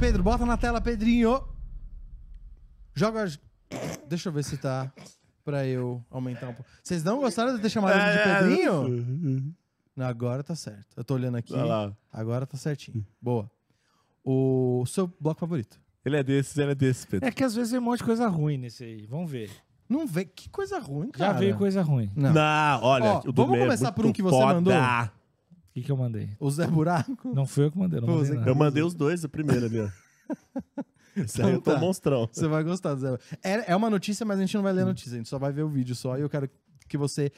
Pedro, bota na tela, Pedrinho. Joga. as- Deixa eu ver se tá pra eu aumentar um pouco. Vocês não gostaram de ter chamado ele de É, Pedrinho? Não, agora tá certo. Eu tô olhando aqui. Vai lá. Agora tá certinho. Boa. O seu bloco favorito. Ele é desses, ele é desses, Pedro. É que às vezes tem um monte de coisa ruim nesse aí. Vamos ver. Não vê. Que coisa ruim, Já cara. veio coisa ruim. Não. Não, olha, Ó, o do vamos Meia é começar por um muito que você foda. mandou? O que, que eu mandei? O Zé Buraco. Não fui eu que mandei, não Pô, mandei você- nada. Eu mandei os dois, o primeiro ali, ó. Esse aí eu tô Então tá. monstrão. Você vai gostar do Zé Buraco. É, é uma notícia, mas a gente não vai ler a notícia. A gente só vai ver o vídeo só. E eu quero que você.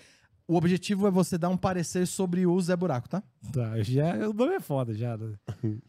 O objetivo é você dar um parecer sobre o Zé Buraco, tá? Tá, eu já, o nome é foda já. né?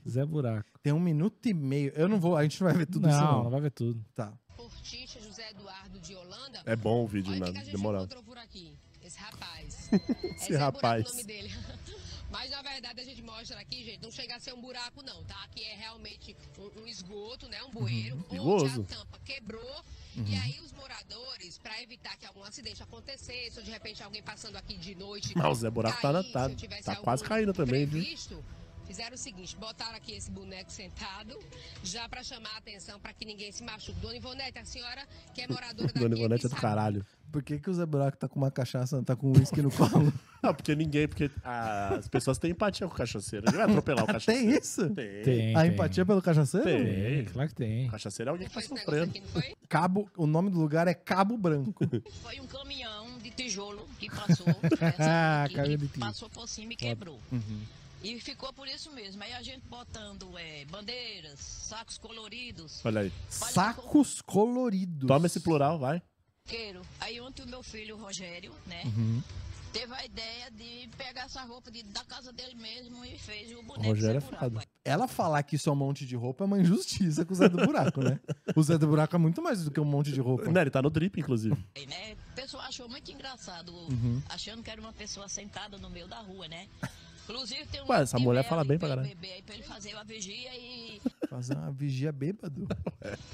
Zé Buraco. Tem um minuto e meio. Eu não vou. A gente não vai ver tudo não, isso, não não. vai ver tudo. Tá. Portista José Eduardo de Holanda. É bom o vídeo, Olha o mano, que, que a gente demorado. encontrou por aqui. Esse rapaz. Esse é Zé Buraco rapaz. o nome dele. Mas na verdade a gente mostra aqui, gente, não chega a ser um buraco não, tá? Aqui é realmente um, um esgoto, né? Um bueiro. Uhum. Perigoso. Uhum. Onde a tampa quebrou. E aí os moradores, pra evitar que algum acidente acontecesse, ou de repente alguém passando aqui de noite... Mas o Zé Buraco tá na- caísse, tá- ou tivesse tá algum quase caindo também, viu? imprevisto, Fizeram o seguinte, botaram aqui esse boneco sentado, já pra chamar a atenção, pra que ninguém se machuque. Dona Ivonete, a senhora que é moradora daqui... Dona Ivonete que é do sabe caralho. Por que, que o Zé Buraco tá com uma cachaça, tá com um uísque no colo? Não, porque ninguém, porque ah, as pessoas têm empatia com o cachaceiro. Ele vai atropelar o cachaceiro. Tem isso? Tem. Tem. É, A tem. empatia é. pelo cachaceiro? Tem, Tem. claro que tem. O cachaceiro é alguém Não que um tá foi esse negócio sofrendo. aqui, não foi? Cabo, o nome do lugar é Cabo Branco. Foi um caminhão de tijolo que passou. Ah, essa aqui, caminhão que de tijolo. Passou por cima e quebrou. Uhum. E ficou por isso mesmo. Aí a gente botando eh, bandeiras, sacos coloridos, Olha aí. Sacos coloridos. Toma esse plural, vai. queiro. Aí ontem o meu filho, o Rogério, né? Uhum. Teve a ideia de pegar essa roupa de- da casa dele mesmo e fez o boneco. Rogério é Zé Buraco. foda. Ela falar que isso é um monte de roupa é uma injustiça com o Zé do Buraco, né? O Zé do Buraco é muito mais do que um monte de roupa. Não, ele tá no drip, inclusive. Aí, né? O pessoal achou muito engraçado, Uhum. achando que era uma pessoa sentada no meio da rua, né? Inclusive tem um. Ué, essa mulher fala bem pra galera. caralho. Bebê aí pra ele fazer uma vigia e Fazer uma vigia bêbado.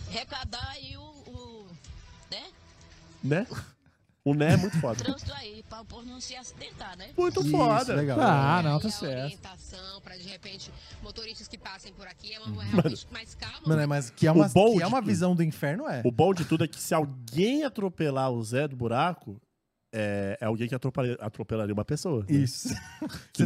arrecadar aí o, o, né? Né? O né é muito foda. trânsito aí, pra o povo não se acidentar, né? Muito Isso, foda. legal. Ah, não, tá E a certo. orientação pra, de repente, motoristas que passem por aqui é uma realmente mais calma. Mano, é, mas que é uma, O bom que de é uma tudo. visão do inferno, é. O bom de tudo é que se alguém atropelar o Zé do buraco, é, é alguém que atropela- atropelaria uma pessoa. né? Isso. Que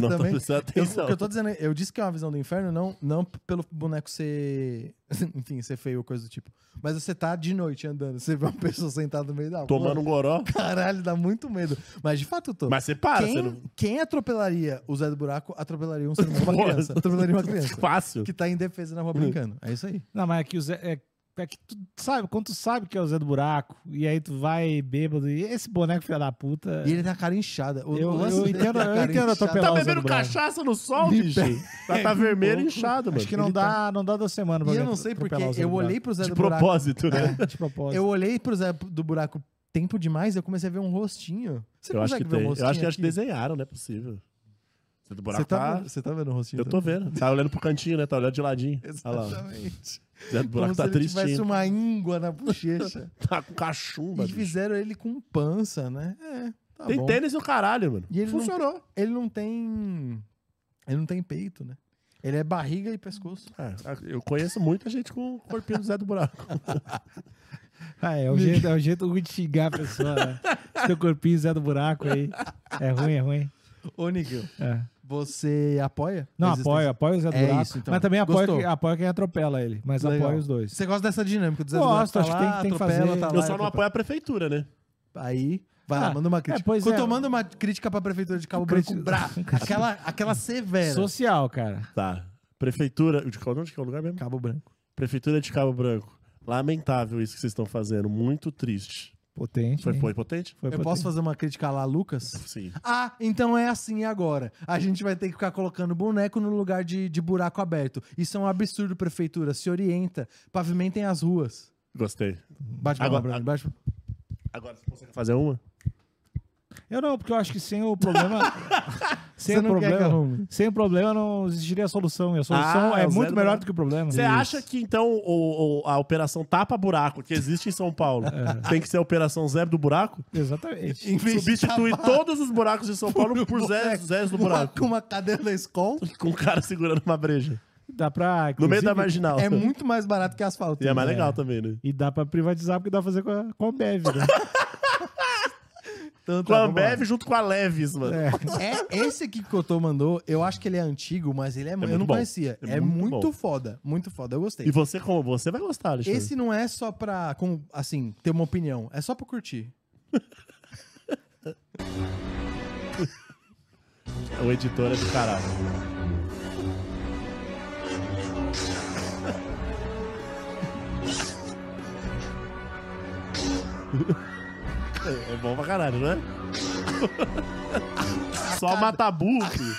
Você nós também- estamos prestando Eu, atenção. o que eu tô dizendo, é- eu disse que é uma visão do inferno, não, não p- pelo boneco ser. Enfim, ser feio ou coisa do tipo. Mas você tá de noite andando, você vê uma pessoa sentada no meio da rua. Tomando um goró. Caralho, dá muito medo. Mas de fato, eu tô. Mas você para, Então, quem, é você não. quem atropelaria o Zé do Buraco atropelaria um ser humano, uma Porra. criança. Atropelaria uma criança. Fácil. Que tá indefesa na rua brincando. É isso aí. Não, mas aqui o Zé. É, é que tu sabe, quando tu sabe que é o Zé do Buraco, e aí tu vai bêbado, e esse boneco filha da puta. E ele tem a cara inchada. O, É. Eu- o lance eu dele entendo- é a eu cara entendo inchada. atropelar Tá o Zé bebendo do Buraco. cachaça no sol, Me bicho. pega. Tá, tá vermelho e inchado, mano. tá Acho que não Ele tá. dá, não dá duas semanas pra E eu alguém não sei porque atropelar o Zé eu do olhei pro Zé De do Buraco. É. propósito, né? Buraco. de propósito. Eu olhei pro Zé do Buraco tempo demais eu comecei a ver um rostinho. Você Eu acho consegue que ver um tem. rostinho? Eu acho que acho que aqui? desenharam, não é possível. Você Você do buraco tá, tá. vendo- você tá vendo o rostinho? Eu tô vendo. Tá olhando pro cantinho, né? Tá olhando de ladinho. Olha lá. Exatamente. Zé Como do buraco se tá ele tivesse tristinho. uma íngua na bochecha. Tá com cachumba. e bicho. fizeram ele com pança, né? É, tá Tem bom. tênis e o caralho, mano. E ele não- Funcionou. Ele não tem... Ele não tem peito, né? Ele é barriga e pescoço. Ah, eu conheço muita gente com o corpinho do Zé do Buraco. Ah, é, o jeito, é o jeito ruim de xingar a pessoa, né? Esse teu corpinho Zé do Buraco aí. É ruim, é ruim. Ô, Nigel, É. você apoia? a Não, existência? apoio, apoio o Zé do É Buraco. isso, então. Mas também apoio, Gostou. que- apoio quem atropela ele. Mas Legal. apoio os dois. Você gosta dessa dinâmica do Zé Gosto, do Buraco? acho que tem- tem que atropela, fazer. Tá lá, Eu só não atropela. apoio a prefeitura, né? Aí, vai lá, Ah, manda uma é, crítica. pois Eu tô é. mandando uma crítica pra prefeitura de Cabo Crítica- Branco Bra. Aquela, aquela severa. Social, cara. Tá. Prefeitura. De qual, onde que é o lugar mesmo? Cabo Branco. Prefeitura de Cabo Branco. Lamentável isso que vocês estão fazendo. Muito triste. Potente. Foi, hein? foi potente? Foi Eu posso fazer uma crítica lá, Lucas? Sim. Ah, então é assim agora. A gente vai ter que ficar colocando boneco no lugar de, de buraco aberto. Isso é um absurdo, prefeitura. Se orienta. Pavimentem as ruas. Gostei. Bate palma, Agora- Bruno. Bate... Agora, você consegue fazer uma? Eu não, porque eu acho que sem o problema. sem, Você o não quer que problema arrume. sem o problema não existiria a solução. E a solução Ah, é o muito zero melhor buraco. do que o problema. Você acha que, então, o- o- a operação tapa-buraco que existe em São Paulo tem que ser a operação zero do buraco? Exatamente. Substituir todos os buracos de São Paulo por zeros, zeros do buraco. Com uma cadeira da escola Com o cara segurando uma breja. Dá No pra. meio inclusive, da marginal. é muito mais barato que asfalto. E é mais legal também, né? E dá pra privatizar porque dá pra fazer com a, com a Ambev, né? Então, Com a vamos lá. Ambev junto com a Leves, mano. É. É, esse aqui que o Cotô mandou, eu acho que ele é antigo, mas ele é, muito eu não bom. conhecia. É É, muito muito, bom. foda, muito foda, eu gostei. E você, como? Você vai gostar, Alexandre. Esse não é só pra, com, assim, ter uma opinião, é só pra curtir. O editor é do caralho. É bom pra caralho, né? Só matar burro, filho.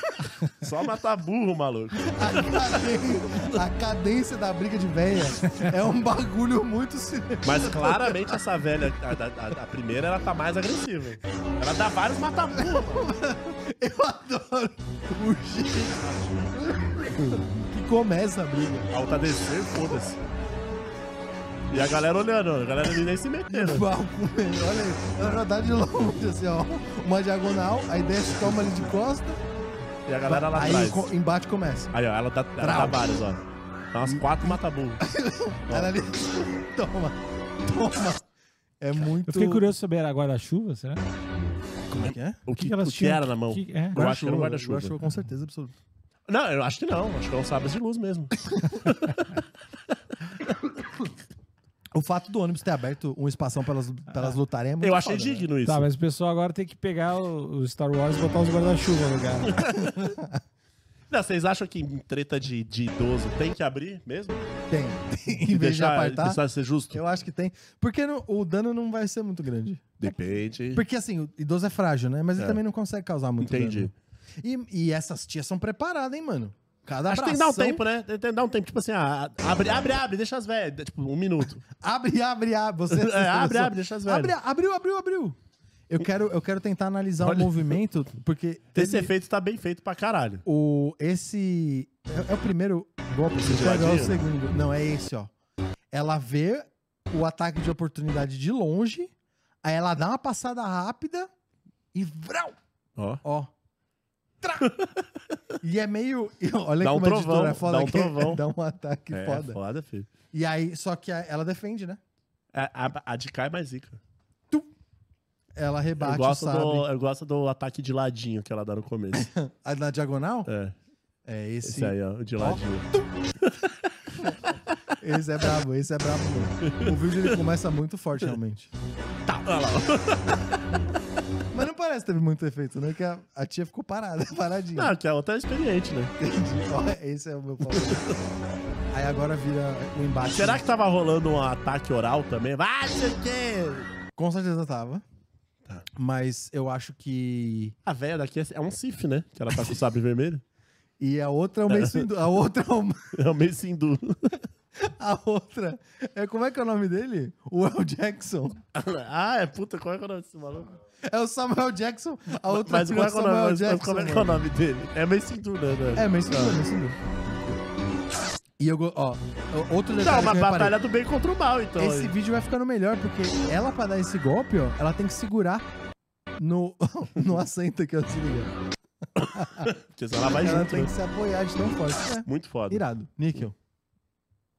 Só matar burro, maluco. A cadência da briga de véia é um bagulho muito... sinistro. Mas claramente essa velha, a, a- a primeira, ela tá mais agressiva. Ela dá vários mata-burro, mano. Eu adoro o jeito que começa a briga. A outra descer, foda-se. E a galera olhando, a galera nem se metendo. O balcão, Olha aí, ela já tá de longe, assim, ó. Uma diagonal, aí desce, toma ali de costa, E a galera lá aí atrás. o co- embate começa. Aí, ó, ela dá, ela dá várias, ó. Dá umas quatro mataburro. Ela ali, toma, toma. É muito. Eu fiquei curioso saber, era guarda-chuva, será? Como é que é? O que, que que elas o que tinham? era na mão? Que- é. Eu acho que era um Guarda-chuva, guarda-chuva. guarda-chuva, com certeza, absoluta. Não, eu acho que não. Acho que é um sabres de luz mesmo. O fato do ônibus ter aberto um espação pra elas, pra elas lutarem é muito Ah, Eu achei foda, né? digno isso. Tá, mas o pessoal agora tem que pegar o, o Star Wars e botar os guarda-chuva no lugar. Não, vocês acham que em treta de, de idoso tem que abrir mesmo? né? Tem. Em vez de apartar, deixar ser justo? eu acho que tem. Porque não- o dano não vai ser muito grande. Depende. Porque assim, o idoso é frágil, né? Mas ele É. também não consegue causar muito Entendi. dano. E, e essas tias são preparadas, hein, mano? Cada Acho que tem que dar um tempo, né? Tem que dar um tempo. Tipo assim, ah, abre, abre, abre, deixa as velhas. Tipo, um minuto. Abre, abre, abre. Você É, abre, você- abre, deixa as velhas. abre, Abriu, abriu, abriu. Eu quero, eu quero tentar analisar Olha. o movimento, porque Esse teve efeito tá bem feito pra caralho. o, esse... É, é o primeiro golpe, Esse esse é o geladinho? segundo. Não, é esse, ó. Ela vê o ataque de oportunidade de longe, aí ela dá uma passada rápida e vrau! Ó. Ó. Trá! E é meio... Olha Dá um como a editora trovão, é foda dá um que- trovão. Dá um ataque é, foda. foda. foda, filho. E aí, só que a- ela defende, né? A, a, a de cá é mais rica. Ela Eu rebate o gosto, sabre. do, eu gosto do ataque de ladinho que ela dá no começo. A na diagonal? É, É, esse. esse aí, ó, o de ladinho. Esse é brabo, esse é brabo. mesmo. O vídeo ele começa muito forte, realmente. Tá, olha lá. Mas não parece que teve muito efeito, né? Que a, a tia ficou parada, paradinha. Não, que a outra é experiente, né? Entendi. Ó, esse é o meu favorito. Aí agora vira o embate. Será que tava rolando um ataque oral também? Vai, sei o quê. Com certeza tava. Tá. Mas eu acho que. A velha daqui é, é um Sif, né? Que ela tá com o sabre vermelho. E a outra é Tá. uma. insindu- A outra é uma. É o meio Sindu. A outra. É, como é que é o nome dele? O El Jackson. ah, é puta, qual é que é o nome desse maluco? É o Samuel Jackson. A outra Mas, virou qual é, que é o nome, Samuel mas, mas Jackson. como é que é o mano. nome dele? É meio Sindu, né? né? É, mas isso mesmo, isso mesmo. E eu, go- ó, o- outro Não, detalhe uma que eu reparei, batalha do bem contra o mal, então. esse vídeo vai ficando melhor, porque ela, pra dar esse golpe, ó, ela tem que segurar no, no assento aqui, ó, se liga. Porque senão ela vai Ela junto, tem né? que se apoiar de tão forte. É, Muito foda. irado. Níquel.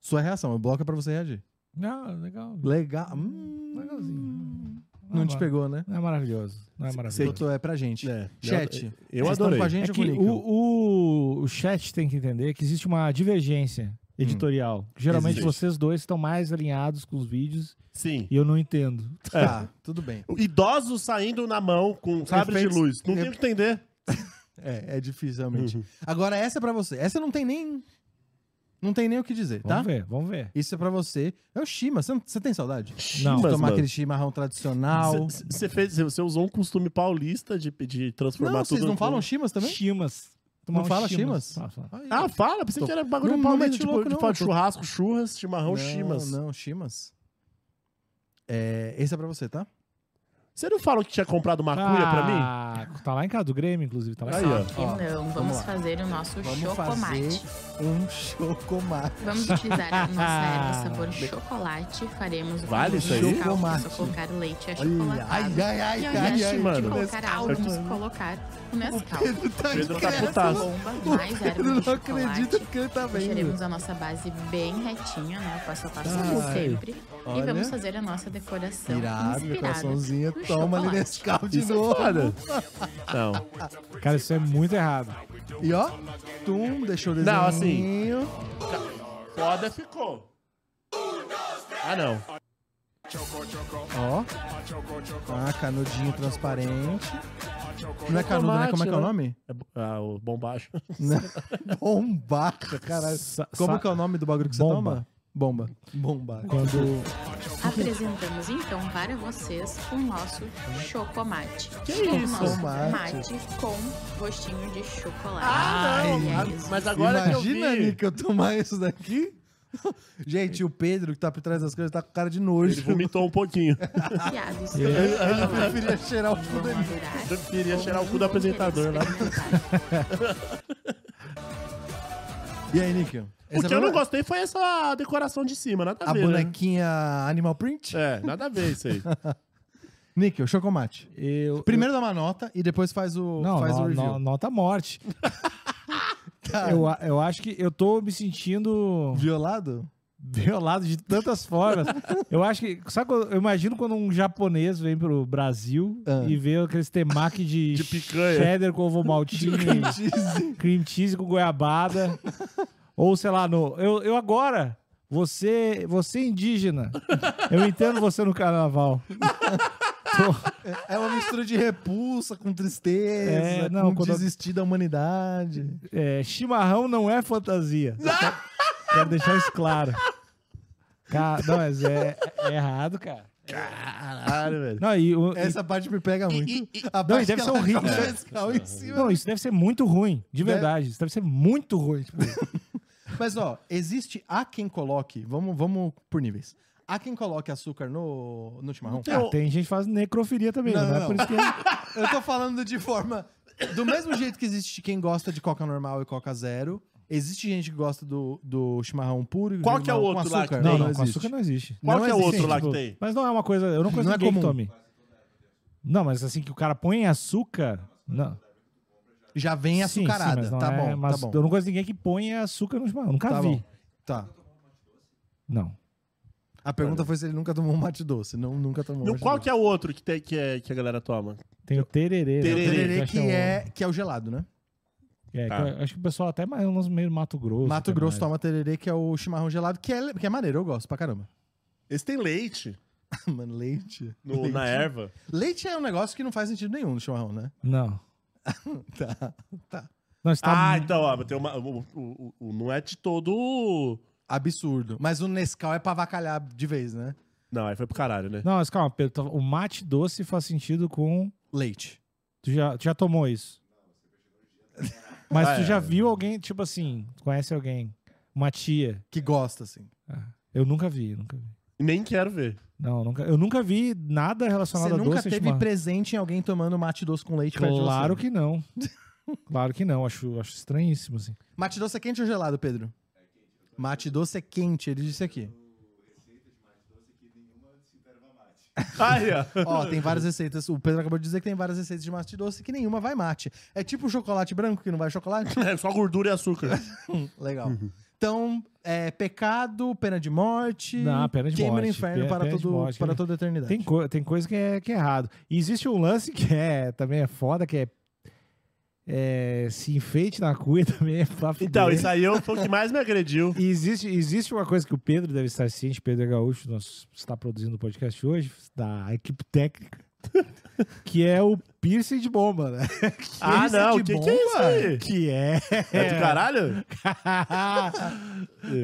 Sua reação, o bloco é pra você reagir. Não, legal. Legal. Hum, Legalzinho. Não te pegou, né? Não é maravilhoso. Não é maravilhoso. Doutor, é pra gente. É, Chat, eu- eu vocês tão adorei. com a gente É ou com o que Níquel? o, o, o chat tem que entender que existe uma divergência editorial. Geralmente Existe. vocês dois estão mais alinhados com os vídeos Sim. e eu não entendo. Tá, É. tudo bem. Idosos saindo na mão com sabre de Efeitos- luz. Não tem o que entender. É, é difícil, realmente. Uhum. Agora, essa é pra você. Essa não tem nem. Não tem nem o que dizer, Vamos tá? ver, vamos ver. Isso é pra você. É o Shima. Você, não- você tem saudade? Não, De Mas, tomar mano, aquele chimarrão tradicional. Você fez, você usou um costume paulista de, de transformar não, tudo. vocês não em- falam Shimas também? Chimas. Não fala chimas? um Fala, fala. Aí, ó. Ah, fala, pensei Tô- que era bagulho Não- não paulista, mete tipo, louco, que não, fala eu tô- churrasco, churras, chimarrão, não, chimas. Não, Shimas. É, esse é pra você, tá? Você não falou que tinha comprado uma cuia pra Ah, mim? mim? Tá lá em casa do Grêmio, inclusive. Tá lá Aí, em ó. casa. Ó, E não, vamos vamos lá. fazer o nosso Vamos chocomate. fazer um chocomate. Vamos utilizar a nossa erva sabor chocolate. Faremos o Vale isso aí? Nescau, que é Chocomate. Só colocar o leite Olha, ai, achocolatado. ai, ai, E ao ai, invés ai. de mano. colocar Nescau, álcool, vamos mano. colocar o Nescau. tá- Pedro tá Pedro tá incrédulo. putaço. Bomba, mais O Pedro erva de não chocolate. acredita que ele tá vendo. Deixaremos a nossa base bem retinha, né? O passo a passo de Ai, sempre. olha. E vamos fazer a nossa Então, decoração Irado, meu inspirada coraçãozinho. no Toma ali chocolate. Nescau de Isso é novo. foda. Não. Cara, isso é muito errado. E ó, tum, deixou o desenho. Não, assim. Foda ficou. Ah, não. Ó. Ah, canudinho transparente. Não é canudo, né? Como é que é o nome? É bo- ah, o bombacho. Não. Bombacha, caralho. Sa- Como sa- que é o nome do bagulho que você Bomba. toma? Bomba. Bomba. Quando. Apresentamos então para vocês o nosso chocomate. Que isso? O nosso Chocomate. mate com gostinho de chocolate. Ah, não. E é Ah, isso. Mas agora Imagina, que eu vi... Nick, eu tomar isso daqui. Gente, o Pedro que tá por trás das coisas tá com cara de nojo. Ele vomitou um pouquinho. Fiado, isso Ele- é Eu chocolate. preferia cheirar o cu Vão dele. adorar. Eu queria Ou cheirar o cu do vão querer apresentador lá. experimentar. E aí, Nick? O Essa que eu é não a- gostei foi essa decoração de cima, nada a, A ver. né? bonequinha Animal Print? É, nada a ver isso aí. Níquel, chocomate. Eu, Primeiro dá uma nota e depois faz o, Não, faz no- o review. no- nota morte. Tá. Eu, a- eu acho que eu tô me sentindo Violado? violado de tantas formas. Eu acho que. Sabe, quando- eu imagino quando um japonês vem pro Brasil Ah. e vê aqueles temaki de, De picanha. cheddar com ovo maltinho, cream cheese com goiabada. ou sei lá, no. Eu, eu agora. Você, você indígena. Eu entendo você no carnaval. É uma mistura de repulsa com tristeza, É, não, com quando- desistir da humanidade. É, chimarrão não é fantasia. Eu quero- Quero deixar isso claro. Cara, não, mas é, é errado, cara. Caralho, velho. Não, e, o- e- Essa parte me pega muito. a Não, e parte deve que ser ela horrível. joga esse carro em cima. não, isso deve ser muito ruim, de Deve- verdade. Isso deve ser muito ruim. tipo, Mas, ó, existe há quem coloque... Vamos, vamos por níveis. Há quem coloque açúcar no, no chimarrão? ah, tem gente que faz necrofilia também, Não, não, é não. por isso que é Eu tô falando de forma. Do mesmo jeito que existe quem gosta de coca normal e coca zero, existe gente que gosta do, do chimarrão puro e Qual que é o chimarrão com outro lá açúcar. que Não, tem? não, com existe. açúcar não existe. Qual Não que é o existe, outro lá que Tipo, tem? Mas não é uma coisa. Eu não conheço Não é ninguém que comum. tome. Não, mas assim, que o cara põe açúcar. Não. Já vem Sim, sim, açucarada. mas não tá, é- bom, mas tá bom, Eu não conheço ninguém que põe açúcar no chimarrão. Nunca tá vi. bom. Tá. Não. A pergunta foi se ele nunca tomou um mate doce. Não, nunca tomou. E o- qual que é o outro que, tem, que, é- que a galera toma? Tem o tererê. né? Tererê, Tererê, acho que é, que é o gelado, né? É, Tá. que eu acho que o pessoal até mais no meio do Mato Grosso. Mato até Grosso mais. toma tererê, que é o chimarrão gelado, que é, que é maneiro, eu gosto pra caramba. Esse tem leite Mano, leite. no- leite. na erva. Leite é um negócio que não faz sentido nenhum no chimarrão, né? Não. Tá, tá. Não, está Ah, então, ó, tem uma, o, o- o- não é de todo. Absurdo. Mas o Nescau é pra avacalhar de vez, né? Não, aí foi pro caralho, né? Não, mas calma, Pedro. tá- O mate doce faz sentido com. Leite. Tu já, tu já tomou isso? Mas Ah, tu é. já viu alguém, tipo assim, tu conhece alguém, uma tia. Que gosta, assim. Eu nunca vi, nunca vi. Nem quero ver. Não, nunca, eu nunca vi nada Você relacionado a nunca doce. teve chimarrão. presente em alguém tomando mate doce com leite perto de Claro você? que não. Claro que não, acho, acho estranhíssimo, assim. Mate doce é quente ou gelado, Pedro? Mate doce é quente, ele disse aqui. Aí, ó. Ó, tem várias receitas. O Pedro acabou de dizer que tem várias receitas de mate doce que nenhuma vai mate. É tipo o chocolate branco que não vai chocolate? É só gordura e açúcar. Legal. Uhum. Então, é pecado, pena de morte. Não, pena de queima no morte. inferno Pe- para, pena de todo, morte, para né? toda a eternidade. Tem, co- tem coisa que é, que é errado. E existe um lance que é também é foda, que é, é, se enfeite na cuia também é pra Então, fuder. isso aí eu- foi o que mais me agrediu. E existe, existe uma coisa que o Pedro deve estar ciente, Pedro é Gaúcho, nós está produzindo o podcast hoje, da equipe técnica, que é o piercing de bomba, né? ah, isso é não, de o que, que é isso aí? Que é. É do caralho?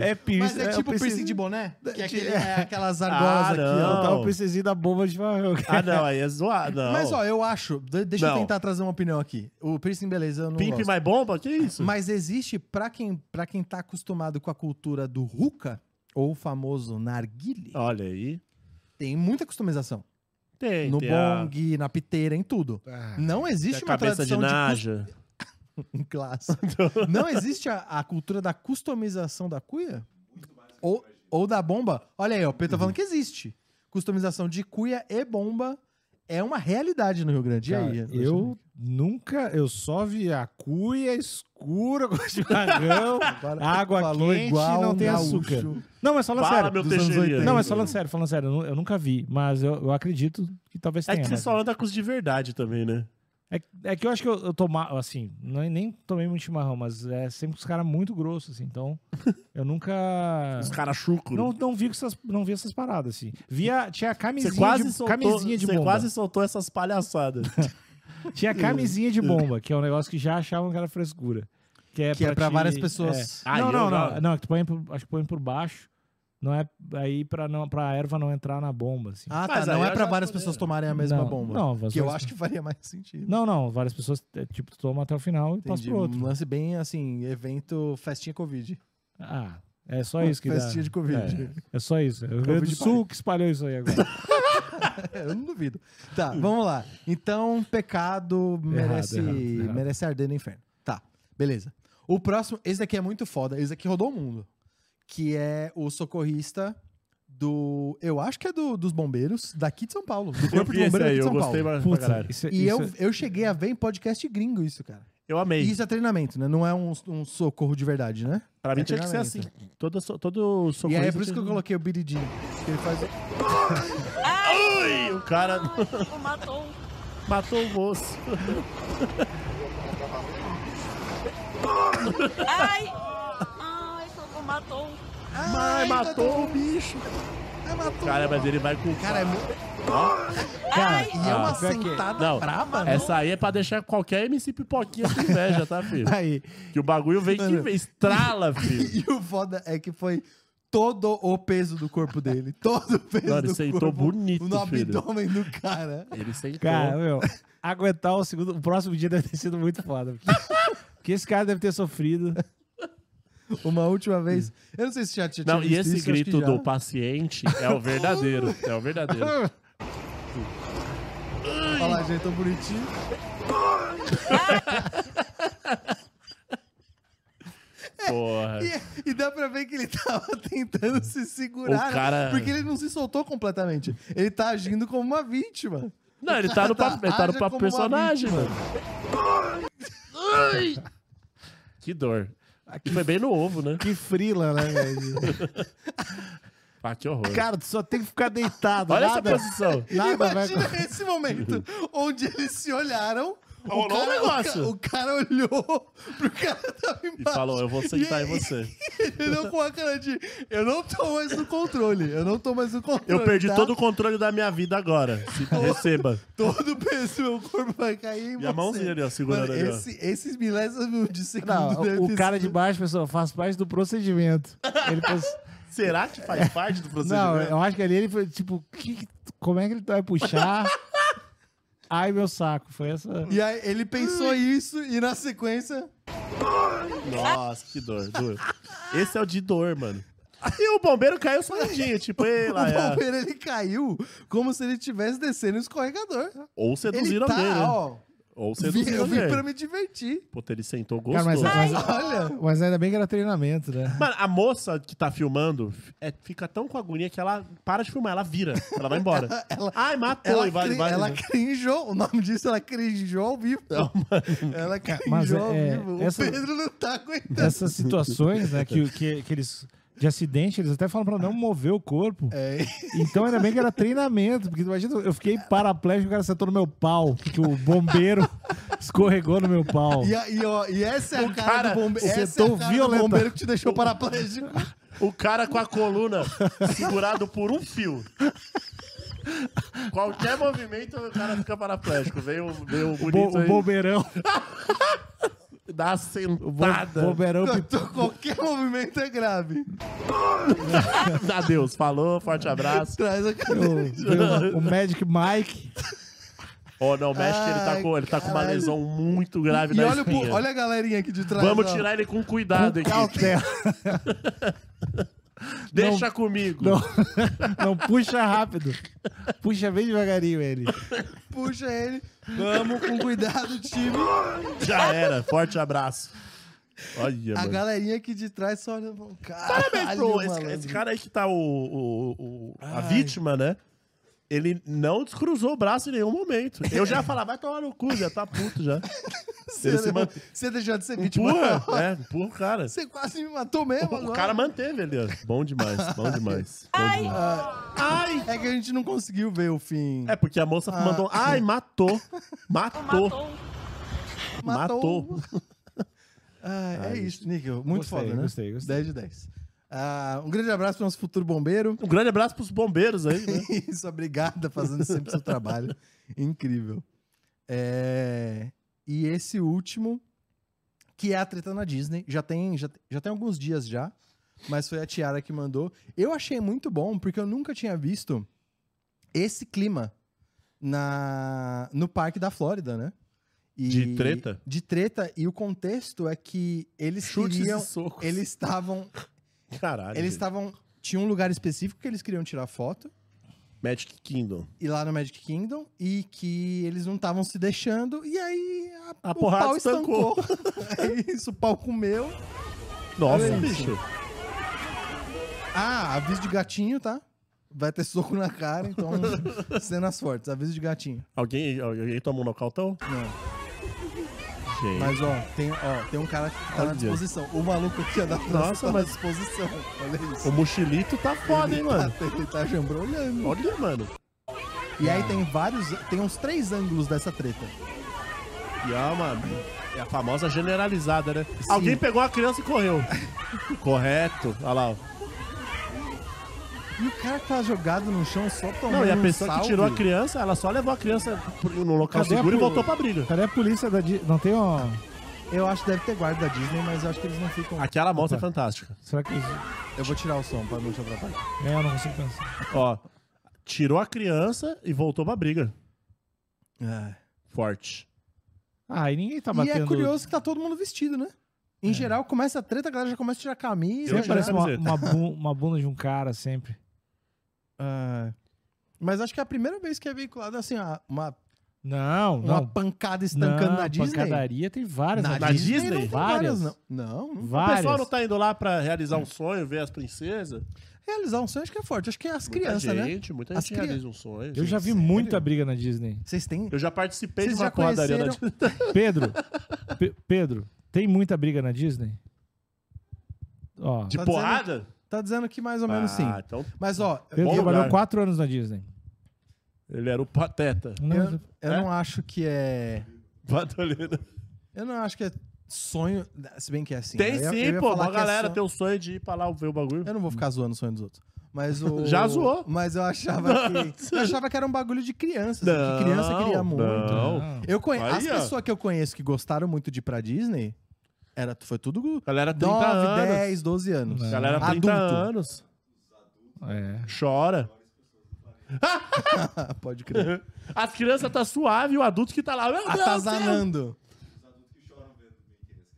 é piercing. Mas é o tipo piercing de boné? Que é, aquele- é aquelas Ah, argolas aqui, ó. Não, tá o Não. piercingzinho da bomba de chimarrão. Ah, não, aí é zoado. Não. Mas, ó, eu acho. de- Deixa Não. eu tentar trazer uma opinião aqui. O piercing, beleza, eu não. Pimp gosto. mais bomba? Que um. isso? Mas existe, pra quem, pra quem tá acostumado com a cultura do Ruka, ou o famoso narguile, Olha aí. tem muita customização. Tem, no tem a- bong, na piteira, em tudo. Não tem existe a uma cabeça de tradição É de, cus- Naja. em classe. Não existe a, a cultura da customização da cuia? Ou, ou da bomba? Olha aí, ó, o Pedro tá falando que existe. Customização de cuia e bomba é uma realidade no Rio Grande. E Cara, aí? eu nunca, eu só vi a cuia escura com de barrão, Agora água falou quente igual e não um tem gaúcho. açúcar. Não, mas falando Fala, sério. meu dos anos Teixeirinha. 80. Não, é mas falando sério, falando sério, eu nu- eu nunca vi, mas eu, eu acredito que talvez É tenha. né? que você mas- só anda com os de verdade também, né? É, é que eu acho que eu, eu tomava, assim, não, nem tomei muito chimarrão, mas é sempre com os caras muito grossos, assim, então eu nunca... Os caras chucos. Não, não, vi com essas, não vi essas paradas, assim. Via, tinha Você camisinha quase, de, soltou, camisinha de você bomba. quase soltou essas palhaçadas. Tinha camisinha de bomba, que é um negócio que já achavam que era frescura. Que é, Que é pra te- várias pessoas. é. Ah, não, eu não, já- não. Não, é que tu põe por, acho que põe por baixo. Não é aí pra, não, pra erva não entrar na bomba, assim. Ah, tá. Mas Não aí é eu pra já várias poderia. pessoas tomarem a mesma Não, bomba. não, mas que eu você- acho que faria mais sentido. Não, não. Várias pessoas, é, tipo, tu toma até o final e passa Entendi. pro outro. Um lance bem assim, evento festinha Covid. Ah, é só isso que dá. festinha de Covid. É, é só isso. É o Rio Grande do Covid Sul que espalhou isso aí agora. É, eu não duvido. Tá, vamos lá. Então, pecado merece, errado, errado. merece arder no inferno. Tá, beleza. O próximo, esse daqui é muito foda. Esse daqui rodou o mundo. Que é o socorrista do. Eu acho que é do, dos bombeiros daqui de São Paulo. Do Eu Corpo de vi esse Bombeiros aí, aqui de eu São gostei Paulo. pra, pra Putz, caralho. isso, é- E isso eu, é- eu cheguei a ver em podcast gringo isso, cara. Eu E amei. isso é treinamento, né? Não é um, um socorro de verdade, né? pra mim é tinha que ser assim. treinamento. Todo, so- todo E socorro. aí é por isso que eu coloquei o Biridinho. Que ele faz. Ai, o cara Matou um matou o moço. Ai! Ai, fogo matou um. Ai, matou o bicho. Ah, matou. Cara, mas ele vai com. Cara, é muito. Cara, E é uma ah, pior que- sentada Não, braba, né? essa aí é pra deixar qualquer MC pipoquinha com inveja, tá, filho? Aí, Que o bagulho vem que Mano. vem, estrala, filho. E o foda é que foi todo o peso do corpo dele. Todo o peso Mano, do ele sentou corpo bonito, no filho. abdômen do cara. Ele sentou. cara, meu, aguentar o segundo. O próximo dia deve ter sido muito foda. Porque, porque esse cara deve ter sofrido. Uma última vez. Eu não sei se já tinha Não, tinha e visto esse isso, acho que grito já. do paciente é o verdadeiro. É o verdadeiro. Olha lá, gente, tão bonitinho. Porra. E, e dá pra ver que ele tava tentando se segurar. O cara- Porque ele não se soltou completamente. Ele tá agindo como uma vítima. Não, ele tá no papo, ele tá no Haja como papo uma personagem, vítima. mano. Ai. Que dor. Aqui foi bem no ovo, né? Que frila, né, velho? Ah, que horror. Cara, tu só tem que ficar deitado. Olha nada, essa posição. nada vai Imagina esse momento onde eles se olharam. Rolou um negócio. O, cara, o cara olhou pro cara que tava embaixo. E falou, eu vou sentar em você. Ele olhou com a cara de. Eu não tô mais no controle. Eu não tô mais no controle. Eu perdi tá? todo o controle da minha vida agora. Se receba. Todo o peso do meu corpo vai cair. em E você. a mãozinha ali, ó, segurando Mano, ali, ó. esse- Esses milésimos de segundo. Não, deve o ter cara de sido- baixo, pessoal, faz parte do procedimento. Ele pensa- Será que faz parte do não, procedimento? eu acho que ali ele foi tipo, que, que- como é que ele vai puxar? Ai, meu saco. Foi essa. E aí ele pensou isso e na sequência. Nossa, que dor, dor. Esse é o de dor, mano. E o bombeiro caiu sorridinho, tipo, ei, lá, o é. bombeiro ele caiu como se ele estivesse descendo o escorregador. Ou Ele seduziram tá, alguém, né? ó. Ou vi- seduziram eu vim pra alguém. me divertir. Puta, ele sentou Cara, mas, é, gostoso. mas, Olha. mas ainda bem que era treinamento, né? Mano, a moça que tá filmando é, fica tão com agonia que ela para de filmar, ela vira, ela vai embora. Ai, matou Ela, e vai, cri- vai. ela crinjou, o nome disso ela crinjou ao vivo. ela crinjou mas é- ao é, vivo. essa- O Pedro não tá aguentando. Essas situações, né, que, que, que eles. De acidente, eles até falam pra não mover o corpo. É, Então ainda bem que era treinamento, porque imagina, eu fiquei paraplégico, o cara sentou no meu pau, porque o bombeiro escorregou no meu pau. e, a- e, ó, e essa é a cara, cara do bombeiro. Essa é sentou a cara violenta. do bombeiro que te deixou paraplégico. O cara com a coluna segurado por um fio. Qualquer movimento, o cara fica paraplégico. Veio, veio o Bo- bonito o aí, bombeirão, dá a sentada. o bombeirão Então, Qualquer movimento é grave. Adeus, falou, forte abraço. Traz a cara. O, o Magic Mike. Ó, não, mexe que ele tá Ai, com, ele tá com uma caralho. lesão muito grave E na olha, o espinha. pu- olha a galerinha aqui de trás. Vamos ó. tirar ele com cuidado aqui. Cautela. Deixa comigo. Não, não puxa rápido. Puxa bem devagarinho ele. Puxa ele. Vamos com cuidado, time. Já era. Forte abraço. Olha, A mano. galerinha aqui de trás só olha. Parabéns Parabéns, pro esse, esse cara aí que tá o, o- o- a vítima, né? Ele não descruzou o braço em nenhum momento. Eu já falava, vai tomar no cu, já tá puto já. Você, é ele se mantém. você deixou de ser vítima. Empurra, é, empurra o cara. Você é quase me matou mesmo O agora. cara manteve ali, ó. Bom demais, bom demais. bom demais. Ai! É que a gente não conseguiu ver o fim. É porque a moça Ah. mandou, um, ai, matou, matou, matou. É, Ah, é isso, Níquel. Muito Gostei, foda, né? gostei, gostei. 10 de 10. Ah, um grande abraço pro nosso futuro bombeiro. Um grande abraço pros bombeiros aí, né? Isso, obrigada fazendo sempre seu trabalho. Incrível. É, E esse último, que é a treta na Disney. Já tem, já, já tem alguns dias já, mas foi a Tiara que mandou. Eu achei muito bom, porque eu nunca tinha visto esse clima na no parque da Flórida, né? E- De treta? De treta. E o contexto é que eles Chutes e queriam... socos. Eles estavam... Caralho. Eles gente. estavam... Tinha um lugar específico que eles queriam tirar foto Magic Kingdom. e lá no Magic Kingdom e que eles não estavam se deixando e aí A porrada é isso, o pau comeu. Nossa, Olha isso. bicho. Ah, aviso de gatinho, tá? Vai ter soco na cara, então cenas fortes, aviso de gatinho. Alguém, alguém tomou um nocautão? Não. Gente. Mas ó, tem, ó, tem um cara que tá na Olha. disposição. O maluco aqui ó, da Nossa, França tá mas- na disposição. Olha isso. O mochilito tá foda, hein, mano? Tá, ele tá jambrolhando. Olha, mano. E aí tem vários, tem uns três ângulos dessa treta. E ó, mano. É a famosa generalizada, né? Alguém pegou a criança e correu. Correto. Olha lá. ó. E o cara tá jogado no chão só tomando Não, e a um pessoa que salve. tirou a criança, ela só levou a criança pro- no local Cadê a seguro e pu- voltou pra briga. Cadê a polícia da Di- Não tem uma. Eu acho que deve ter guarda da Disney, mas eu acho que eles não ficam. Aquela moto é fantástica. Será que. eles- Eu vou tirar o som pra não te atrapalhar. É, eu não consigo pensar. Ó, tirou a criança e voltou pra briga. Forte. Ah, e ninguém tá E batendo. é curioso que tá todo mundo vestido, né? Em geral, começa a treta, a galera já começa a tirar a camisa. Eu já- Sempre parece um- tirei a uma, camiseta. uma, bu- uma bunda de um cara, sempre. Ah, Mas acho que é a primeira vez que é veiculado assim, uma, uma, Não, uma não. pancada estancando não, na Disney. pancadaria tem várias. Na, Na Disney? Disney? Não tem Várias? várias, não. Não, não. O pessoal Várias. não tá indo lá pra realizar um sonho, ver as princesas? Realizar um sonho acho que é forte. Acho que é as crianças, muita né? gente, muita As gente cria- realiza um sonho. Eu gente. já vi muita briga na Disney. Vocês têm. Eu já participei Vocês de uma já porradaria conheceram. Tá da Pedro, Pe- Pedro, tem muita briga na Disney? Ó, De Tá porrada? Tá assim. dizendo que mais ou menos sim. Ah, então Mas ó, Pedro bom trabalhou lugar. quatro anos na Disney. Um ele era o pateta. Não, eu, mas- eu É? não acho que é. Patolino. Eu não acho que é sonho. Se bem que é assim. Tem eu ia- eu sim, ia pô. falar Uma que é galera sonho- tem o sonho de ir pra lá ver o bagulho. Eu não vou ficar zoando o sonho dos outros. Mas o. Já zoou. Mas eu achava que. Eu achava que era um bagulho de criança. assim, que criança queria muito. né? Não. Não. Eu conhe... Aí, As ó. pessoas que eu conheço que gostaram muito de ir pra Disney era... foi tudo 9, Galera 30 anos. 10, 12 anos. Não. Galera 30 Adulto. anos. É. Chora. Ah, Pode crer. As crianças tá suave e o adulto que tá lá. Meu Deus, Deus. Atazanando.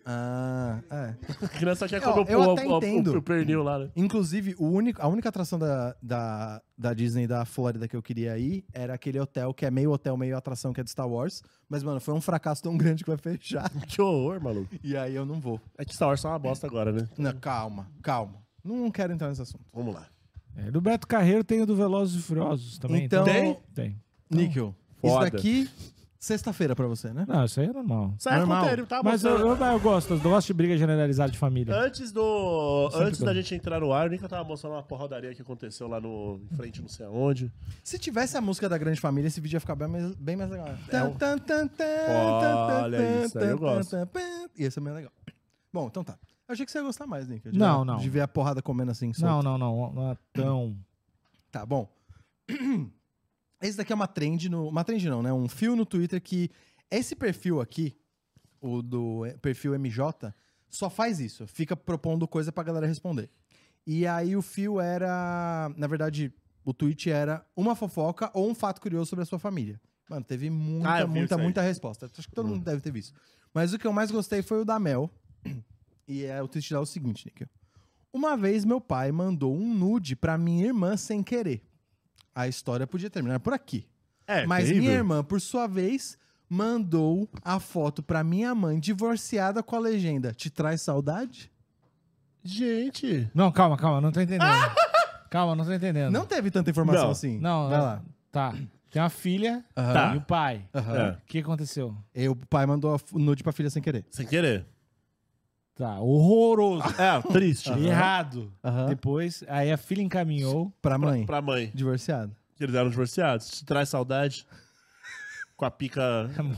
Ah, é. A criança quer Ó, comer eu o, o, até o- o- entendo. o pernil lá, né? Inclusive, o único, a única atração da, da, da Disney da Flórida que eu queria ir era aquele hotel que é meio hotel, meio atração, que é do Star Wars. Mas, mano, foi um fracasso tão grande que vai fechar. Que horror, maluco. E aí eu não vou. É que Star Wars é uma bosta agora, né? Não, calma, calma. Não quero entrar nesse assunto. Vamos lá. É, Do Beto Carreiro tem o do Velozes e Furiosos também. Então- Tem? Tem. Níquel, isso Foda. daqui, sexta-feira pra você, né? Não, isso aí é normal. Sai com Normal. o tênis, tá? Mas eu, mostrando. eu, eu gosto, eu gosto de briga generalizada de É família. Antes do. Sempre antes bom. da gente entrar no ar, o Nica tava mostrando uma porradaria que aconteceu lá no. Em frente, não sei aonde. Se tivesse a música da Grande Família, esse vídeo ia ficar bem mais, bem mais legal. É o- Olha isso, aí eu gosto. Ia ser bem legal. Bom, então tá. Eu achei que você ia gostar mais, Nick. Não, não. De ver a porrada comendo assim. solto. Não, não, não, não é tão. Tá, bom. Esse daqui é uma trend no. Uma trend não, né? Um fio no Twitter que. Esse perfil aqui, o do eh, perfil MJ, só faz isso. Fica propondo coisa pra galera responder. E aí o fio era. Na verdade, o tweet era uma fofoca ou um fato curioso sobre a sua família. Mano, teve muita, Ah, eu vi isso muita, aí. Uhum. muita resposta. Acho que todo mundo deve ter visto. Mas o que eu mais gostei foi o da Mel. E é, o tweet dá o é seguinte, Nick. Uma vez meu pai mandou um nude pra minha irmã sem querer. A história podia terminar por aqui. É, Mas terrível. minha irmã, por sua vez, mandou a foto pra minha mãe divorciada com a legenda: Te traz saudade? Gente. Não, calma, calma, não tô entendendo. calma, não tô entendendo. Não teve tanta informação Não. assim. Não, Vai não. lá. Tá. Tem uma filha Aham. Tá. e o pai. Aham. É. O que aconteceu? E o pai mandou a f- nude pra filha sem querer. Sem querer. Tá, horroroso. É, triste. Errado. Aham. Depois, aí a filha encaminhou. Pra mãe. Pra mãe. Divorciada. que Eles eram divorciados. Te traz saudade. Com a pica,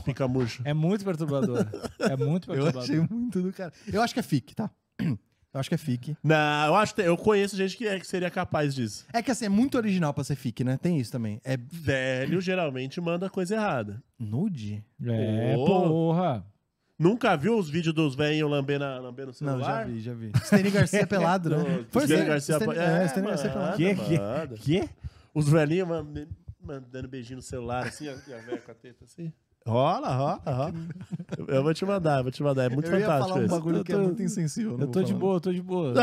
pica murcha. É muito perturbador. É muito Eu perturbador. achei muito do cara. Eu acho que é fic, tá? Eu acho que é fic. Não, eu acho que eu conheço gente que, é- que seria capaz disso. É que assim, é muito original pra ser fic, né? Tem isso também. É Velho geralmente manda coisa errada. nude? É, Ô. porra. Nunca viu os vídeos dos velhos lambendo, a- lambendo o Não, já celular? vi, já vi. Steny Garcia pelado, né? Os Foi velhos assim, Garcia Steny- pa- É, é, Steny Garcia manda, pelado. Que, que, manda. que? Os velhinhos man- mandando beijinho no celular, assim, ó, e a velha com a teta assim. Rola, rola, rola. Eu- Eu vou te mandar, eu vou te mandar. É muito Eu ia fantástico falar um isso. bagulho Eu que é tô- muito insensível. não Eu tô vou de falar. boa, eu tô de boa.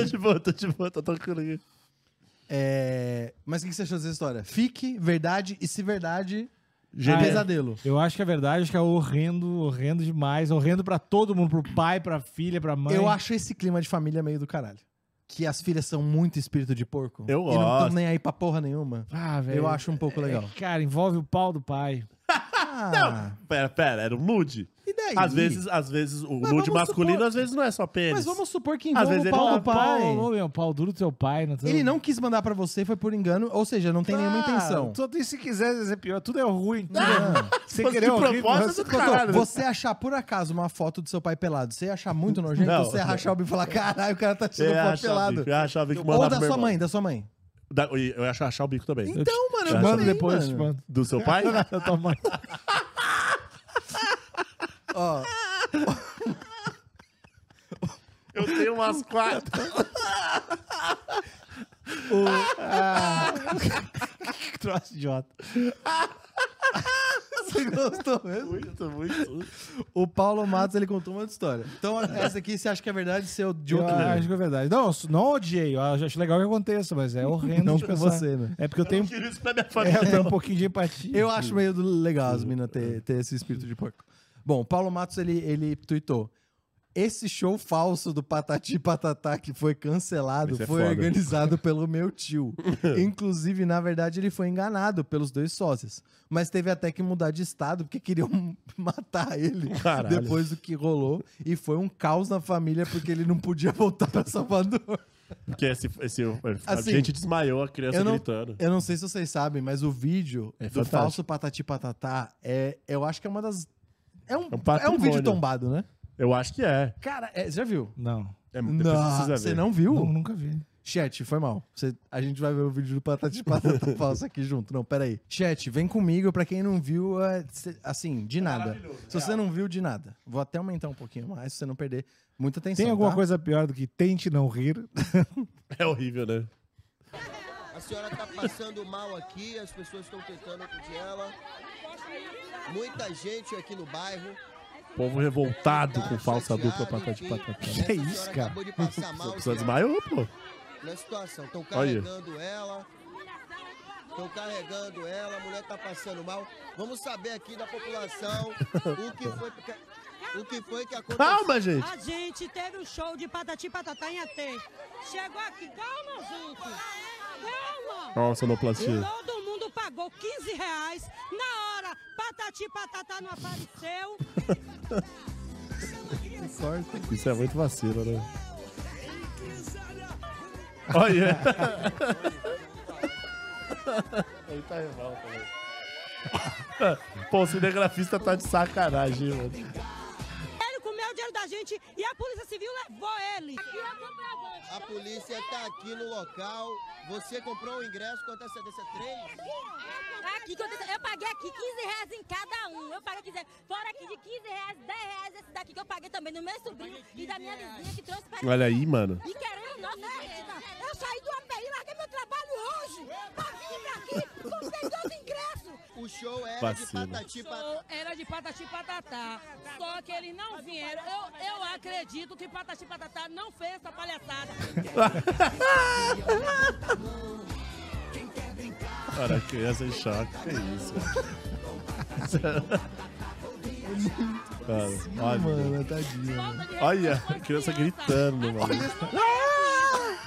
tô de boa, tô de boa, tô tranquilo aqui. É, Mas o que que você achou dessa história? Fique, verdade, e se verdade, Ah, é. pesadelo. Eu acho que é verdade, acho que é horrendo, horrendo demais. Horrendo pra todo mundo, pro pai, pra filha, pra mãe. Eu acho esse clima de família meio do caralho. Que as filhas são muito espírito de porco. Eu E não tão gosto. nem aí pra porra nenhuma. Ah, velho. Eu acho um pouco legal. É, cara, envolve o pau do pai. Ah, Pera, pera, era um nude. E daí? Às vezes, às vezes, o Mas vamos nude masculino, supor- às vezes não é só pênis. Mas vamos supor que Às envolve vezes o ele pau tá- do pai. Pau, meu, é, pau duro do seu pai. Não tô- Ele não quis mandar pra você, foi por engano, ou seja, não tem nenhuma Ah, intenção. Ah, Tudo, e se quiser ser pior, tudo é ruim. Tudo é, Se você fosse querer de horrível, propósito, você- do caralho. Você achar por acaso uma foto do seu pai pelado, você ia achar muito nojento, Não. ou você ia rachar o bico e falar, caralho, o cara tá tirando Eu foto achava, o pelado. bico, eu achava que Ou mandava da pro meu sua irmão. mãe, da sua mãe. Da- eu ia achar o bico também. Então, mano, Te eu mando também, depois, mano. te mando. Do seu pai? Da tua mãe. eu tenho umas quatro. Que troço idiota. Você gostou mesmo? muito, muito. O Paulo Matos, ele contou uma outra história. Então, essa aqui você acha que é verdade, seu de Eu outro acho nível. que é verdade. Não, não odiei. Eu acho legal que aconteça, mas é horrendo Não de pra pensar. você, né? É porque eu tenho, Eu tiro isso pra minha é, família. eu tenho um pouquinho de empatia. Tipo. Eu acho meio legal as minas É. ter, ter esse espírito de porco. Bom, o Paulo Matos, ele, ele tweetou. Esse show falso do Patati Patatá que foi cancelado Esse é foi foda." organizado pelo meu tio. Inclusive, na verdade, ele foi enganado pelos dois sócios. Mas teve até que mudar de estado porque queriam matar ele Caralho. depois do que rolou. E foi um caos na família porque ele não podia voltar pra Salvador. Porque esse, esse, é, Assim, a gente desmaiou a criança eu não, tá gritando. Eu não sei se vocês sabem, mas o vídeo É do fantástico. falso Patati Patatá é, eu acho que é uma das. É um, É um é um patrimônio. vídeo tombado, né? Eu acho que é. Cara, é, você já viu? Não, é depois Não, precisa você ver. não viu? nu- nunca vi. Chat, foi mal. Você- a gente vai ver o vídeo do Patati Patata falso aqui junto. Não, peraí. Chat, vem comigo. Pra quem não viu, é, cê- assim, de nada. Se você não viu, de nada. Vou até aumentar um pouquinho mais, se você não perder muita atenção. Tem alguma tá? coisa pior do que tente não rir? É horrível, né? A senhora está passando mal aqui, as pessoas estão tentando acudir ela. Muita gente aqui no bairro. Povo revoltado Tá com falsa chateado dupla patati que patatá. essa Que senhora isso, cara? Acabou de passar mal Só desmaiou, pô. na situação. Estão Olha. carregando ela. Estão carregando ela, a mulher está passando mal. Vamos saber aqui da população o que foi que, o que, foi que aconteceu. Calma, gente. A gente teve um show de patati e patatá em Atê. Chegou aqui, calma, gente. Calma. Olha a sonoplastia. Todo mundo pagou 15 reais. Na hora, patati e patatá não apareceu. Isso é muito vacilo, né? Olha. Ele tá revolta, velho. Pô, o cinegrafista tá de sacanagem, mano. Ele comeu o dinheiro da gente e a Polícia Civil levou ele. A polícia está aqui no local. Você comprou o ingresso com antecedência 3? Aqui, que eu disse, eu paguei aqui 15 reais em cada um. Eu paguei 15 reais. Fora aqui de 15 reais, 10 reais esse daqui que eu paguei também do meu sobrinho e da minha vizinha que trouxe pra Olha aí, mano. E querendo nós, né, Regina? Eu saí do API, larguei meu trabalho hoje. Pra vir aqui, comprei dois ingressos. O show era Vacilo. de patati patata. Sou- Era de patati e patatá. Só que eles não vieram. Eu, eu acredito que patati e patatá não fez essa palhaçada. Cara, criança em choque. Que isso, mano. Cara, olha, Mano, tadinho. Falta é de olha, respeito com a criança. criança gritando, mano.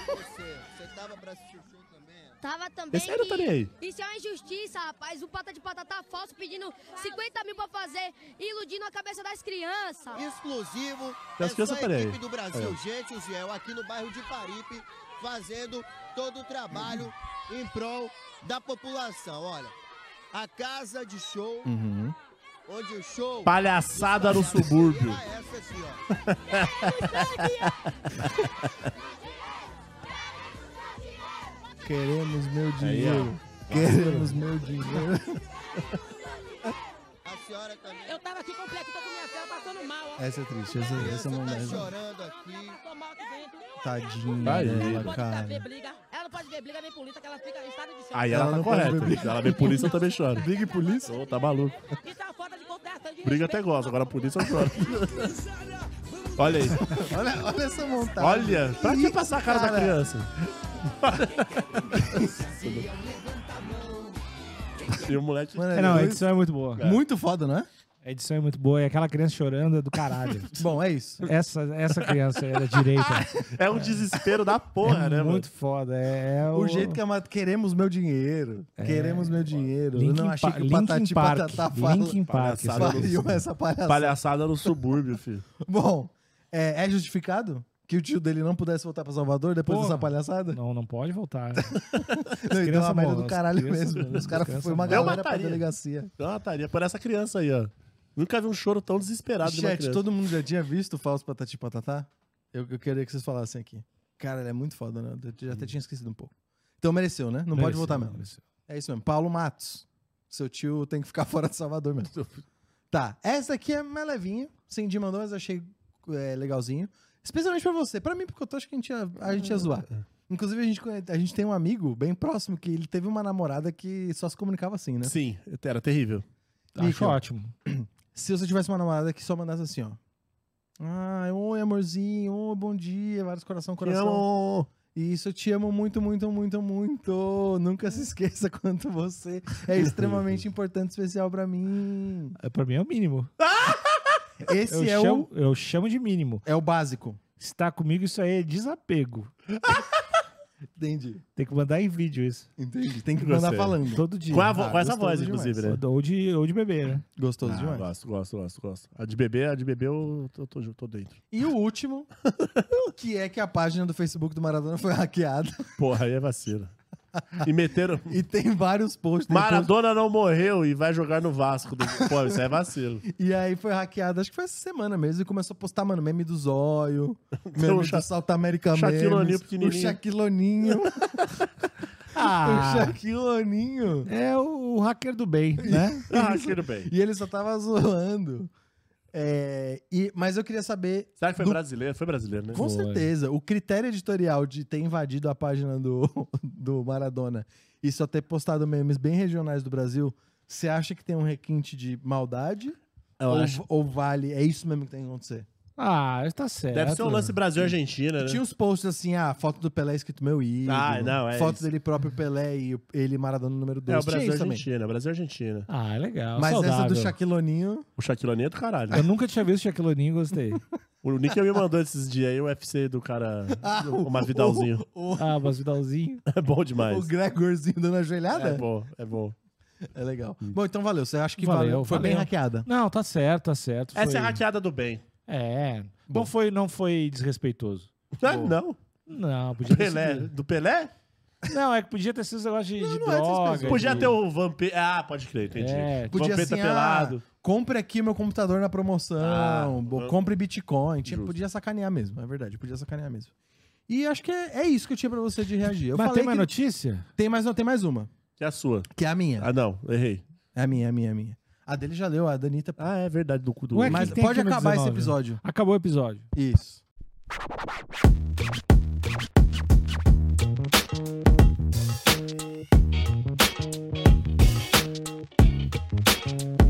Você, você tava pra assistir o show também? Tava também. Esse sério, que- tá nem aí. Isso é uma injustiça, rapaz. O pata de patata falso pedindo 50 mil pra fazer, iludindo a cabeça das crianças. Exclusivo Tá Das é crianças, só a peraí. equipe do É. Brasil, gente, o Giel, aqui no bairro de Paripe, fazendo todo o trabalho em prol da população. Olha, a casa de show, Uhum. onde o show... Palhaçada no subúrbio. Era essa aqui, ó. Queremos meu Aí, dinheiro. ó. Queremos meu dinheiro. A senhora também. Eu tava aqui completo, tô com minha tela passando mal, ó. Essa é triste, essa, essa Criança não tá leva. chorando aqui. Passou mal aqui dentro. Tadinha Vai Ela não dela, pode cara. ver briga. Ela não pode ver briga nem polícia, que ela fica em estado de choque. Aí Ela ela, não tá pode ver correta. briga. Se ela vê polícia, eu também choro. Briga e polícia? Ô, tá maluco. E tá falta de consideração de Briga respeito até gosta, com agora a polícia eu choro. Olha aí. Olha, olha essa montagem. Olha, pra que passar a cara da Cara. criança? e o moleque. um Mano, É, não, a dois- edição é muito boa. Muito foda, não é? A edição é muito boa. E aquela criança chorando é do caralho. Bom, é isso. Essa, essa criança é da direita. É um desespero da porra, É né, mano? muito foda. É, é O jeito que a Mata... Queremos meu dinheiro. Queremos meu dinheiro. Eu Linkin não achei Pa- que o Linkin Patati tá Park. Patatá fala... Linkin Park, Palhaçada sabe? Pariu essa palhaçada. Palhaçada no subúrbio, filho. Bom, é, é justificado que o tio dele não pudesse voltar pra Salvador depois Porra. dessa palhaçada? Não, não pode voltar. Não, então crianças a merda morrem, do as caralho crianças- mesmo. as Os caras crianças foi uma morrem. Eu galera pra mataria. delegacia. Então, Natalia, por essa criança aí, ó. Nunca vi um choro tão desesperado de uma Chat, criança. todo mundo já tinha visto o Falso Patati Patatá? Eu, eu queria que vocês falassem aqui. Cara, ele é muito foda, né? Eu já até tinha esquecido um pouco. Então mereceu, né? Não pode voltar mesmo. É isso mesmo. Paulo Matos. Seu tio tem que ficar fora de Salvador mesmo. tá, essa aqui é mais levinha. Cindy mandou, mas eu achei é, legalzinho. Especialmente pra você. Pra mim, porque eu tô, acho que a gente ia, a É, gente ia zoar. Inclusive, a gente, conhe- a gente tem um amigo bem próximo que ele teve uma namorada que só se comunicava assim, né? Sim, era terrível. Acho Níquel. ótimo. Se você tivesse uma namorada que só mandasse assim, ó. Ah, oi, amorzinho, oi, bom dia, vários coração, Te coração. amo. Isso, eu te amo muito, muito, muito, muito. Nunca se esqueça quanto você é extremamente importante, especial pra mim. É, Pra mim é o mínimo. Eu, Esse é chamo, o eu chamo de mínimo. é o básico. Se tá comigo, isso aí é desapego. Entendi. Tem que mandar em vídeo isso. Entendi. Tem que Gostei. mandar falando. Todo dia. Com, a vo- Ah, com essa gostoso voz, demais. inclusive, né? Ou de, ou de bebê, né? Gostoso Ah, demais. gosto, gosto, gosto, gosto. A de bebê, a de bebê eu tô, tô, tô dentro. E o último, que é que a página do Facebook do Maradona foi hackeada Porra, aí é vacila. E meteram. e tem vários posts. tem post- Maradona não morreu e vai jogar no Vasco. Do... Pô, isso é vacilo. E aí foi hackeada, acho que foi essa semana mesmo, e começou a postar, mano, meme do zóio, o meme um Sha- do Salta América Shaquiloninho Memes, o pequenininho. Shaquiloninho, o Ah, Shaquiloninho. é o, o hacker do bem, né? Ah, tudo bem. E ele só tava zoando. É, e, mas eu queria saber, Será que foi Do- brasileiro? Foi brasileiro, né? com Foi. certeza, o critério editorial de ter invadido a página do, do Maradona e só ter postado memes bem regionais do Brasil, você acha que tem um requinte de maldade? Eu ou, acho. ou vale, é isso mesmo que tem que acontecer? Ah, tá certo. Deve ser um lance Brasil-Argentina, né? é, Tinha uns posts assim, ah, foto do Pelé escrito meu ídolo. Ah, não, é Foto isso. dele próprio Pelé e ele Maradona número 2. É o Tinha isso também. Brasil-Argentina, Brasil-Argentina. Ah, é legal. Mas saudável. essa do Shaquiloninho, O Shaquiloninho é do caralho. Eu nunca tinha visto Shaquiloninho e gostei. O Nick me mandou esses dias aí o UFC do cara, uma Vidalzinho. o, Ah, mas Vidalzinho. É bom o demais. Gregorzinho dando ajoelhada, É bom, é bom. é, legal. Bom, então valeu. Você acha que Hum. Valeu, valeu, foi bem valeu. hackeada. Não, tá certo, tá certo. Essa é foi- a hackeada do bem. É. Não foi, não foi desrespeitoso. Ah, não. Não, podia ter Pelé. sido. Do Pelé? Não, é que podia ter sido esse negócio de, de não é droga. desrespeitoso. Podia de- ter o Vampeta. Ah, pode crer, entendi. É, Podia Vampeta assim, pelado. ah, compre aqui meu computador na promoção, Ah, bo- eu- compre Bitcoin. Tinha, Justo. podia sacanear mesmo, é verdade, podia sacanear mesmo. E acho que é, é isso que eu tinha pra você de reagir. Eu Mas falei tem mais que- notícia? tem mais não, tem mais uma, Que é a sua. que é a minha. Ah, não, errei. É a minha, é a minha, é a minha. A dele já leu, a Danita. Ah, é verdade, do cu do. Ué, que Mas tem pode aqui no acabar esse 19? episódio. Acabou o episódio. Isso. Música